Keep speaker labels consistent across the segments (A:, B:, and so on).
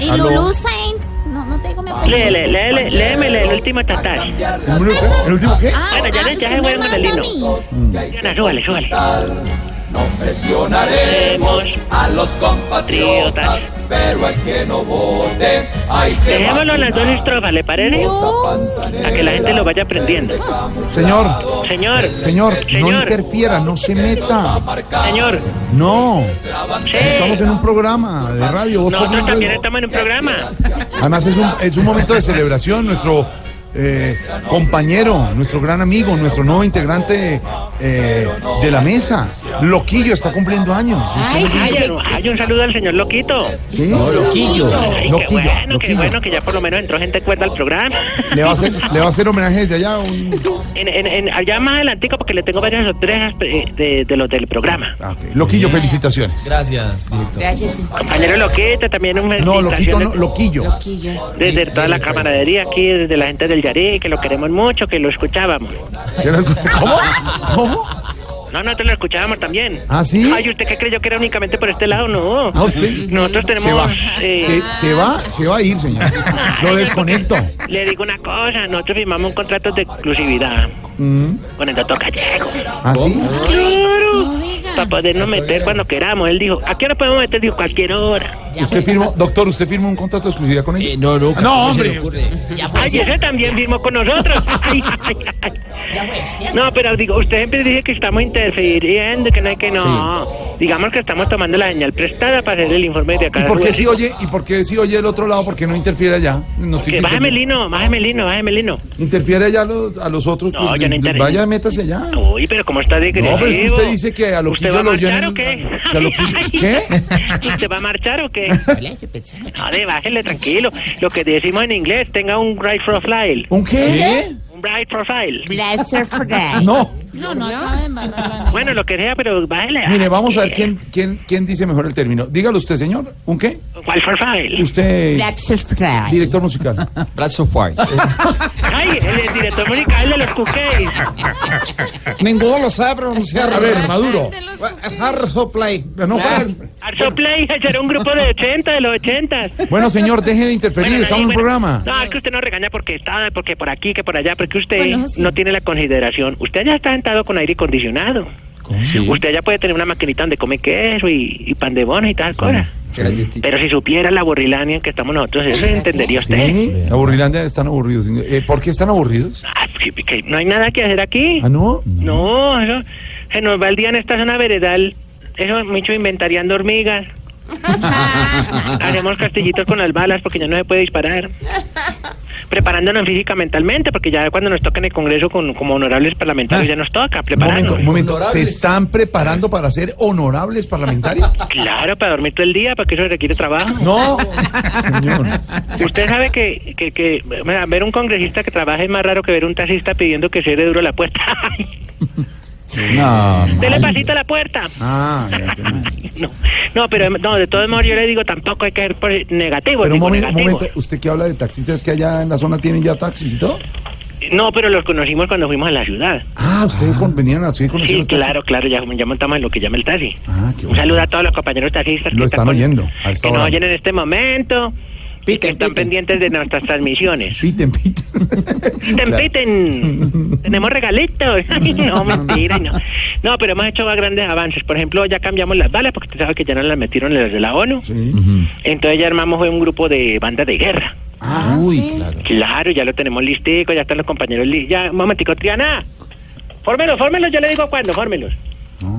A: Y
B: Aló.
A: Lulu Saint. No, no tengo mi apellido.
C: Léele, léele, léemele el último tatar.
B: ¿Un minuto? ¿El último qué?
A: Ah,
C: Bueno, ya
A: ah,
C: le- ya
A: usted
C: le voy
A: me
C: a
A: manda
C: Mandelino.
A: mí.
D: Mm.
C: Diana, súbale, súbale.
D: Nos presionaremos a los compatriotas, pero el que no vote hay que
C: Dejémoslo en las dos estrofas, ¿le parece?
A: No.
C: A que la gente lo vaya aprendiendo.
B: Señor,
C: Señor,
B: señor, no
C: Señor.
B: interfiera, no se meta.
C: señor,
B: No, estamos
C: sí.
B: en un programa de radio. Voz
C: Nosotros
B: Populi.
C: también estamos en un programa.
B: Además es un, es un momento de celebración, nuestro eh, compañero, nuestro gran amigo, nuestro nuevo integrante eh, de la mesa, Loquillo, está cumpliendo años.
A: Ay, sí,
C: Ay,
A: sí.
C: un- ay, un saludo al señor Loquito.
B: ¿Sí? Loquillo.
C: Ay, qué
B: Loquillo,
C: bueno, qué bueno que ya por lo menos entró gente cuerda al programa.
B: Le va a hacer, le va a hacer homenaje de allá. un-
C: En, en, en- allá más adelantico porque le tengo varias sorpresas eh, de, de los del programa.
B: Ah, ok. Loquillo, felicitaciones.
E: Gracias, director.
A: Gracias,
C: Compañero Loquito, también un
B: No, Loquito, no, Loquillo.
A: loquillo.
C: Desde toda la camaradería aquí, desde la gente del Yarí, que lo queremos mucho, que lo escuchábamos.
B: ¿Cómo? ¿Cómo?
C: No, nosotros lo escuchábamos también.
B: ¿Ah, sí?
C: Ay, ¿usted qué creyó que era únicamente por este lado? No.
B: ¿A Ah, usted?
C: Nosotros
B: Se va,
C: tenemos... eh,
B: se, se va, se va a ir, señor. Lo desconecto.
C: Le digo una cosa, nosotros firmamos un contrato de exclusividad
B: Mm,
C: con el doctor Gallego.
B: ¿Ah, sí?
C: Claro.
A: No diga.
C: Para podernos meter cuando queramos. Él dijo, ¿a qué hora podemos meter? Dijo, cualquier hora.
B: ¿Usted firmó, doctor, usted firmó un contrato de exclusividad con ellos?
E: Eh, no, no,
B: No, hombre.
E: Ya pues,
C: Ay, ese también firmó con nosotros. Ay, ay, ay. No, pero digo, usted siempre dice que estamos interfiriendo, que no hay que no. Digamos que estamos tomando la señal prestada para hacer el informe de acá.
B: ¿Y por qué
C: Rubén.
B: sí oye, y por qué sí oye el otro lado? Porque no interfiere allá. No estoy
C: Que
B: diciendo-
C: bájame lino, bájame lino, bájame lino.
B: interfiere allá a los, a los otros.
C: No,
B: pues,
C: yo no interfiero.
B: Vaya, métase allá. No,
C: Uy, pero ¿cómo está de
B: pero es que
C: agresivo?
B: usted dice que a
C: ¿Usted
B: Loquillo
C: va a
B: lo
C: marchar
B: llenan.
C: o qué?
B: a- que a Loquillo- ¿Qué?
C: ¿Usted va a marchar o qué? Joder, bájele tranquilo. Lo que decimos en inglés, tenga un right profile.
B: ¿Un qué?
C: Un right profile.
A: Blaster for that.
B: No.
A: No, no, acaba de embarrarla.
C: Bueno, lo que sea, pero bájele.
B: Mire, vamos a ver quién, quién, quién dice mejor el término. Dígalo usted, señor. ¿Un qué?
C: ¿Cuál profile?
B: Usted,
A: Blaster for that.
B: director musical.
E: Brazo fuerte.
C: Ay, el director musical de los cookies.
F: Ninguno lo sabe pronunciar.
B: A ver, Maduro.
F: Es hard play.
B: No, para-
C: Arso Play ese era un grupo de 80, de los 80.
B: Bueno, señor, deje de interferir.
C: Bueno, no,
B: Estamos en un
C: bueno,
B: programa.
C: No, es que usted no regaña porque está, porque por aquí, que por allá, porque usted
A: Bueno, sí.
C: no tiene la consideración. Usted ya está sentado con aire acondicionado. Usted ya puede tener una maquinita donde come queso y, y pan de bono y tal cosas. Pero si supiera la borrilania en que estamos nosotros, eso entendería usted.
B: Sí, Aburrilandia están aburridos. Eh, ¿Por qué están aburridos?
C: Ah, que- que no hay nada que hacer aquí.
B: Ah, no.
C: No, eso, se nos va el día en esta zona veredal. Eso, mucho inventariando hormigas. Hacemos castillitos con las balas porque ya no se puede disparar. Preparándonos física mentalmente, porque ya cuando nos toca en el Congreso con, como honorables parlamentarios
B: Ah.
C: ya nos toca
B: Un momento,
C: prepararnos.
B: un momento. ¿Se están preparando para ser honorables parlamentarios?
C: Claro, para dormir todo el día, porque eso requiere trabajo.
B: No, señor.
C: Usted sabe que, que, que, mira, ver un congresista que trabaja es más raro que ver un taxista pidiendo que cierre duro la puerta. Dele pasito a la puerta.
B: Ah, ya, qué mal.
C: No, no, pero no, de todos modos yo le digo tampoco hay que ser por negativo.
B: Pero un
C: digo,
B: momento, un
C: negativo.
B: momento. ¿Usted que habla de taxistas que allá en la zona tienen ya taxis y todo?
C: No, pero los conocimos cuando fuimos a la ciudad.
B: Ah, ustedes con- venían a subir con
C: Sí,
B: los taxis?
C: claro, claro, ya, ya montamos en lo que llama el taxi.
B: Ah, qué
C: Un
B: bueno.
C: saludo a todos los compañeros taxistas
B: Lo están
C: con-
B: oyendo a esta
C: que
B: hora.
C: nos oyen en este momento y que están pendientes de nuestras transmisiones.
B: Piten, piten.
C: Piten,
B: Claro.
C: piten. Tenemos regalitos. Ay, no, mentira, no. No, pero hemos hecho grandes avances. Por ejemplo, ya cambiamos las balas porque usted sabe que ya no las metieron las de la ONU.
B: Sí.
C: Entonces ya armamos un grupo de bandas de guerra.
B: Ah,
E: Uy,
A: sí.
E: claro.
C: Claro, ya lo tenemos listico, ya están los compañeros listos. Ya, un momentico, Triana. Fórmelos, fórmelos, yo le digo cuándo, fórmelos.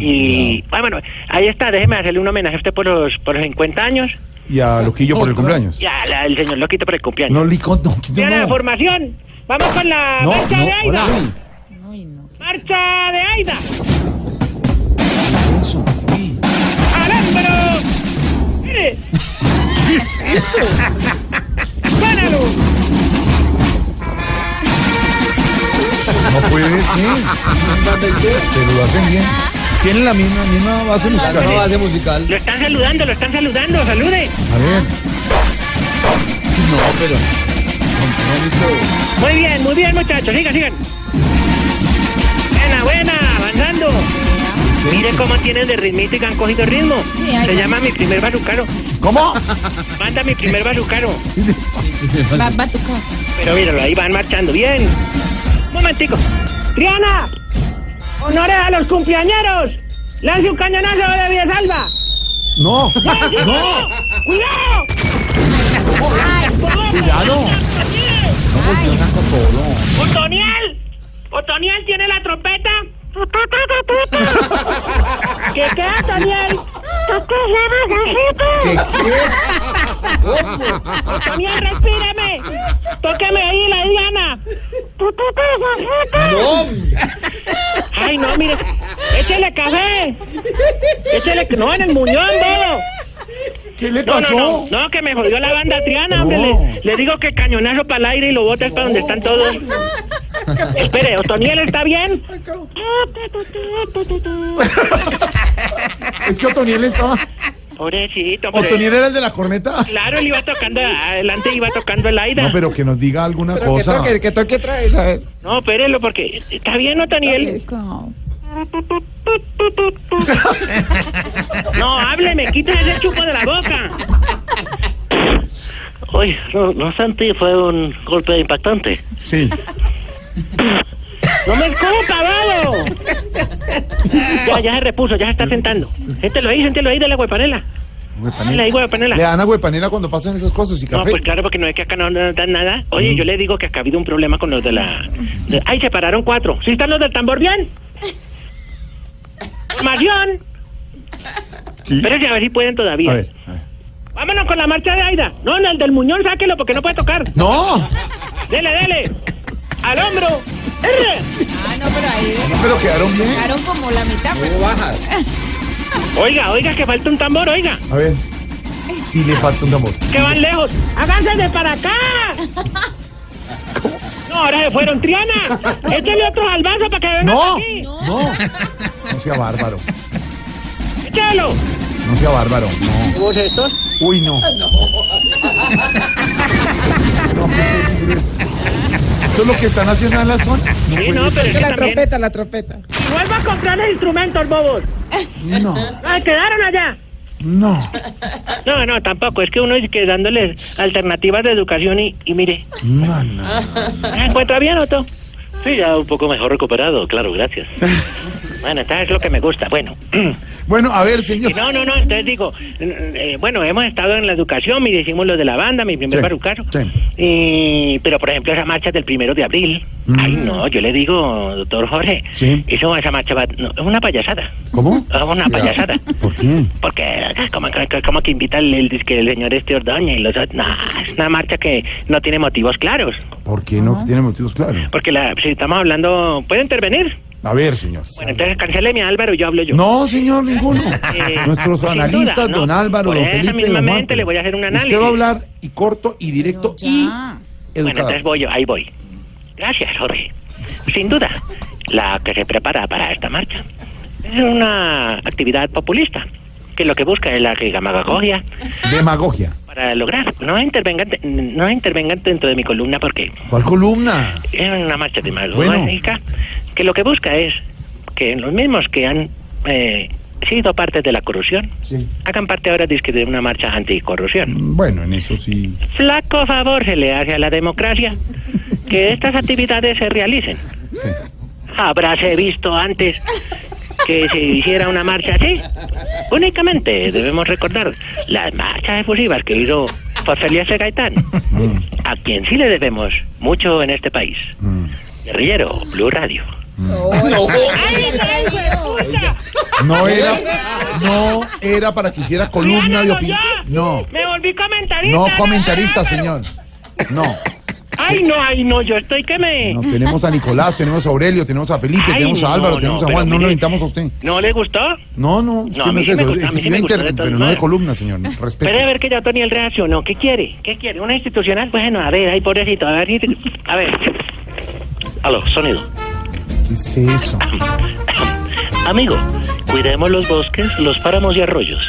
C: y ah, bueno, ahí está, déjeme hacerle un homenaje a usted por los, por los 50 años
B: y a Loquillo por el cumpleaños.
C: y al señor Loquito por el cumpleaños.
B: No, Lico, no,
C: Triana,
B: no.
C: formación, vamos con la
B: No,
C: marcha
B: no,
C: de Aida.
B: hola. Uy,
A: Ay, no.
C: Marcha de Aida.
B: eso, uy.
C: ¡Alámbaro! ¡Mire! ¡Gánalo!
B: No puede ser. Pero lo hacen bien. Tienen la misma, misma base musical.
E: No base musical.
C: Lo están saludando, lo están saludando, salude.
B: A ver.
E: No, pero.
C: Muy bien, muy bien, muchachos. Sigan, sigan. Buena, buena, avanzando. Mire cómo tienen de ritmito y que han cogido ritmo.
A: Sí, ahí
C: Se
A: va.
C: llama mi primer bazucaro.
B: ¿Cómo?
C: Manda mi primer bazucaro.
A: Va, va tu cosa.
C: Pero míralo, ahí van marchando bien. Un momentico. Triana, honores a los cumpleañeros. Lance un cañonazo de Vía Salva.
B: No.
C: ¡No! ¡Cuidado!
B: Cuidado.
C: ¡Otoniel! ¡Otoniel tiene la trompeta! ¿Qué qué, Otoniel? ¿Qué Otoniel, respírame. Tóqueme ahí la diana. Ay, no, mire. Échale café. Échale... No, en el muñón, dedo.
B: ¿Qué le
C: No, no,
B: pasó?
C: no, no, que me jodió la banda Triana, hombre. Le, le digo que cañonazo para el aire y lo botas para donde están todos. Espere, Otoniel, ¿está bien?
B: Es que Otoniel estaba.
C: Pobrecito, hombre.
B: Otoniel era el de la corneta.
C: Claro, él iba tocando adelante, iba tocando el aire.
B: No, pero que nos diga alguna cosa.
F: toque, que toque traes, a ver.
C: No, espérelo, porque está bien, Otoniel.
A: Como-
C: No, hábleme, quítese ese chupo de la boca. Oye, no, no Santi, fue un golpe impactante.
B: Sí.
C: ¡No me escupa, babo! Ya, ya se repuso, ya se está sentando. Séntelo ahí, séntelo ahí de la huepanela.
B: Huepanela.
C: Le digo huepanela.
B: Le dan a huepanela cuando pasan esas cosas y
C: No,
B: café. Mm.
C: pues claro, porque no es que acá no nos dan nada. Oye, yo le digo que acá ha habido un problema con los de la... de- ¡Ay, se pararon cuatro! ¿Sí están los del tambor bien? ¡Formación!
B: Sí.
C: Espérense a ver si pueden todavía.
B: A ver, a ver.
C: ¡Vámonos con la marcha de Aida! No, no, el del Muñón, sáquelo porque no puede tocar.
B: No, no,
C: ¡Dele, dele! ¡Al hombro! ¡R!
A: Ah, no, pero ahí
B: pero quedaron bien.
A: dejaron como la mitad. pues.
C: Oiga, oiga, que falta un tambor, oiga.
B: A ver. Sí, le falta un tambor.
C: que van lejos. ¡Háganse de para acá! No, ahora se fueron. Triana, échale otro al vaso para que vengan
B: No,
C: aquí.
B: no. No sea bárbaro.
C: Échalo.
B: No sea bárbaro. No.
C: ¿Vos estos?
B: Uy, no. No. qué peligroso. Eso es lo que están haciendo en la zona.
C: Sí, no, pero es que
F: La
C: también...
F: trompeta, la trompeta.
C: Y vuelvo a comprar los instrumentos, bobos.
B: No,
C: Ah, quedaron allá.
B: no,
C: No, no, tampoco. Es que uno es que dándoles alternativas de educación y, y mire,
B: no, no.
C: ¿se encuentra bien, Otto? Sí, ya un poco mejor recuperado, claro, gracias. Bueno, esta es lo que me gusta. Bueno,
B: Bueno, a ver,
C: Y
B: señor.
C: No, no, no, entonces digo, eh, bueno, hemos estado en la educación, mire, hicimos lo de la banda, mi primer
B: Sí,
C: barucaro.
B: sí.
C: Y- pero, por ejemplo, esa marcha del primero de abril, ay, no, yo le digo, doctor Jorge,
B: Mm. Sí.
C: eso, esa marcha va- no, es una payasada,
B: ¿Cómo?
C: es una payasada.
B: ¿Por qué?
C: Porque, como, como- como que invita el, el, disque el señor este Ordoña y los otros, no, es una marcha que no tiene motivos claros,
B: ¿Por qué no tiene motivos claros?
C: porque la, si estamos hablando, ¿puede intervenir?
B: A ver, señor.
C: Bueno, entonces cancéleme a Álvaro y yo hablo yo.
B: No, señor, ninguno.
C: Eh,
B: Nuestros
C: sin
B: analistas,
C: duda, no.
B: don Álvaro,
C: Por
B: don
C: eso
B: Felipe, don
C: mismamente
B: Marco.
C: le voy a hacer un análisis.
B: Usted va a hablar y corto y directo y
A: Ya.
C: Bueno,
B: educado.
C: entonces voy yo, ahí voy. Gracias, Jorge. Sin duda, la que se prepara para esta marcha es una actividad populista, que lo que busca es la gigamagogia
B: Demagogia.
C: para lograr. No intervengan, de- no intervengan dentro de mi columna porque
B: ¿Cuál columna?
C: es una marcha de
B: Bueno.
C: que lo que busca es que los mismos que han eh, sido parte de la corrupción
B: Sí.
C: hagan parte ahora dizque, de una marcha anticorrupción.
B: Bueno, en eso sí.
C: flaco favor se le hace a la democracia que estas actividades se realicen.
B: sí.
C: Habráse visto antes que se hiciera una marcha así. Únicamente debemos recordar las marchas efusivas que hizo Porfelia Gaitán,
B: Mm,
C: a quien sí le debemos mucho en este país.
B: mm.
C: Guerrillero, Blue Radio.
B: No era, no era para que hiciera columna de opinión. No,
C: Me volví comentarista.
B: no comentarista, señor. No,
C: Ay, no, ay, no, yo estoy que me...
B: no, tenemos a Nicolás, tenemos a Aurelio, tenemos a Felipe,
C: Ay,
B: tenemos a
C: no,
B: Álvaro,
C: no,
B: tenemos a
C: pero
B: Juan. No
C: mire-
B: lo necesitamos a usted.
C: ¿No le gustó?
B: No, no, es
C: No,
B: que
C: a
B: no
C: mí
B: es
C: sí me
B: eso.
C: gusta, a
B: es
C: mí sí me
B: de
C: gusta de
B: inter-
C: todas
B: pero no de
C: maneras.
B: columna, señor. Respeto.
C: Pero a ver que ya Tony el reaccionó. ¿Qué quiere? ¿Qué quiere? ¿Una institucional? Bueno, a ver, ay, pobrecito. A ver, y- a ver. Aló, sonido.
B: ¿Qué es eso?
C: Amigo, cuidemos los bosques, los páramos y arroyos.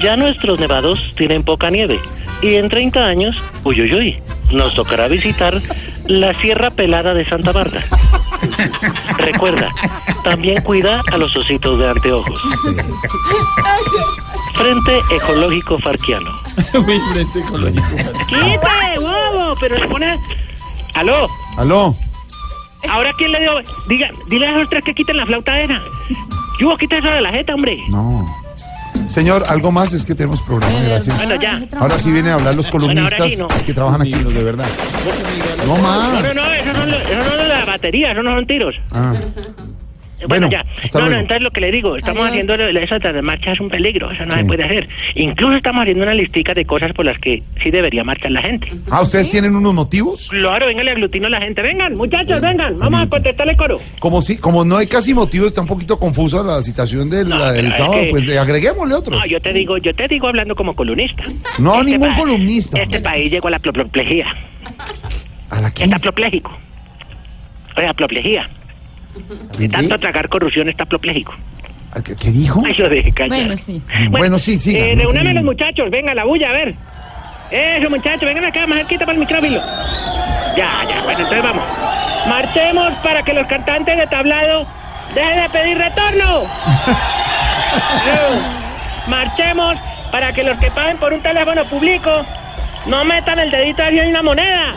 C: Ya nuestros nevados tienen poca nieve. Y en 30 años, uy, uy, uy, nos tocará visitar la Sierra Pelada de Santa Marta. Recuerda, también cuida a los ositos de anteojos. Frente Ecológico Farquiano.
E: Uy, frente ecológico.
C: ¡Quite, bobo! Pero se pone... ¡Aló!
B: Aló.
C: ¿Ahora quién le dio? Diga, dile a esos tres que quiten la flautadera. Yo, quita eso de la jeta, hombre.
B: No. Señor, algo más es que tenemos programa, gracias.
C: Bueno, ya.
B: Ahora sí vienen a hablar los
C: Bueno, ahora
B: columnistas
C: sí, no.
B: que trabajan aquí, los de verdad. No
C: No, no,
B: más.
C: no, eso no, eso no es la batería, eso no son tiros.
B: Ah, Bueno,
C: Bueno, ya.
B: hasta
C: No, no,
B: luego.
C: entonces lo que le digo, estamos
A: Adiós.
C: haciendo lo- eso de las marchas es un peligro, eso no se
B: Sí.
C: puede hacer. Incluso estamos haciendo una listica de cosas por las que sí debería marchar la gente.
B: Ah, ¿ustedes tienen unos motivos?
C: Claro, venga, le aglutino a la gente. Vengan, muchachos, vengan, vamos a contestarle coro.
B: Como si, como no hay casi motivos, está un poquito confusa la citación del,
C: No,
B: la del
C: pero es
B: sábado,
C: que-
B: pues eh, agreguémosle otro.
C: No, yo te digo, yo te digo hablando como columnista.
B: No, ningún columnista,
C: Este
B: hombre.
C: país llegó a la plurplejía.
B: ¿A la qué?
C: Está apopléjico. Oye, aploplegia.
B: ¿Qué,
C: Tanto tragar corrupción está apopléjico.
B: ¿A qué- qué dijo?
C: Ay, yo dejé callar.
A: Bueno, sí.
B: Bueno, sí, sí.
C: Eh, reúname a los muchachos, venga, la bulla, a ver. Eso, muchachos, vengan acá, más cerquita para el micrófono. Ya, ya, bueno, entonces vamos. Marchemos para que los cantantes de tablado dejen de pedir retorno. No. Marchemos para que los que paguen por un teléfono público no metan el dedito ahí en la moneda.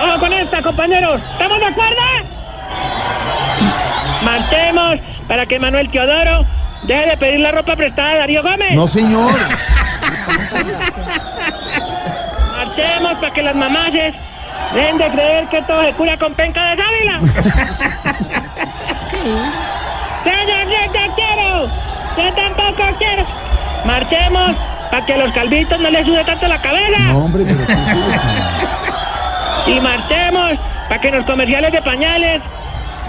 C: ¡Ojo con esta, compañeros! ¿Estamos de acuerdo? Marchemos para que Manuel Teodoro deje de pedir la ropa prestada a Darío Gómez.
B: No, señor.
C: Marchemos para que las mamases dejen de creer que todo se cura con penca de sábila.
A: Sí.
C: ¡Señor, yo te quiero! ¡Yo tampoco quiero! Marchemos para que a los calvitos no les sube tanto la cabeza.
B: No, hombre, pero qué
C: Y marchemos para que los comerciales de pañales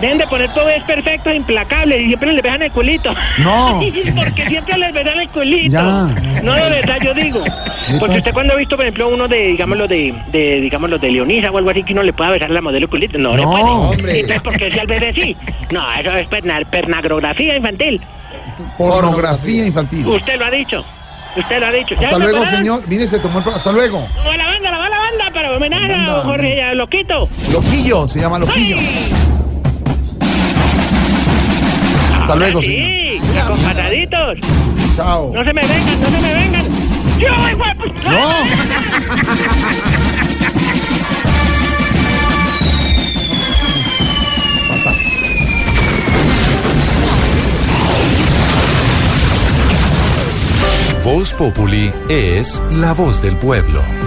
C: dejen de poner pobres perfectos, implacables y siempre les besan el culito.
B: No.
C: Porque siempre les besan el culito.
B: Ya. pues.
C: No, de verdad, yo digo.
B: pasa?
C: Porque usted cuando ha visto, por ejemplo, uno de, digámoslo, de, de digámoslo, de Leonisa o algo así, que uno le pueda besar la modelo culito. No,
B: No,
C: no
B: hombre.
C: puede. Entonces, ¿por qué si al bebé sí? No, eso es perna- pernagrografía infantil.
B: Pornografía infantil.
C: Usted lo ha dicho. Usted lo ha dicho.
B: Hasta
C: ¿Ya me
B: luego,
C: pararon?
B: señor. Mire, se tomó el pro- Hasta luego.
C: Como la banda, la va la banda para homenaje
B: La banda.
C: a Jorge y a Loquito.
B: Loquillo, se llama Loquillo.
C: ¡Ay!
B: Hasta luego, señor.
C: Sí, acompañaditos.
B: Chao.
C: No se me vengan, no se me vengan. ¡Yo, igual!
B: No.
G: Voz Populi es la voz del pueblo.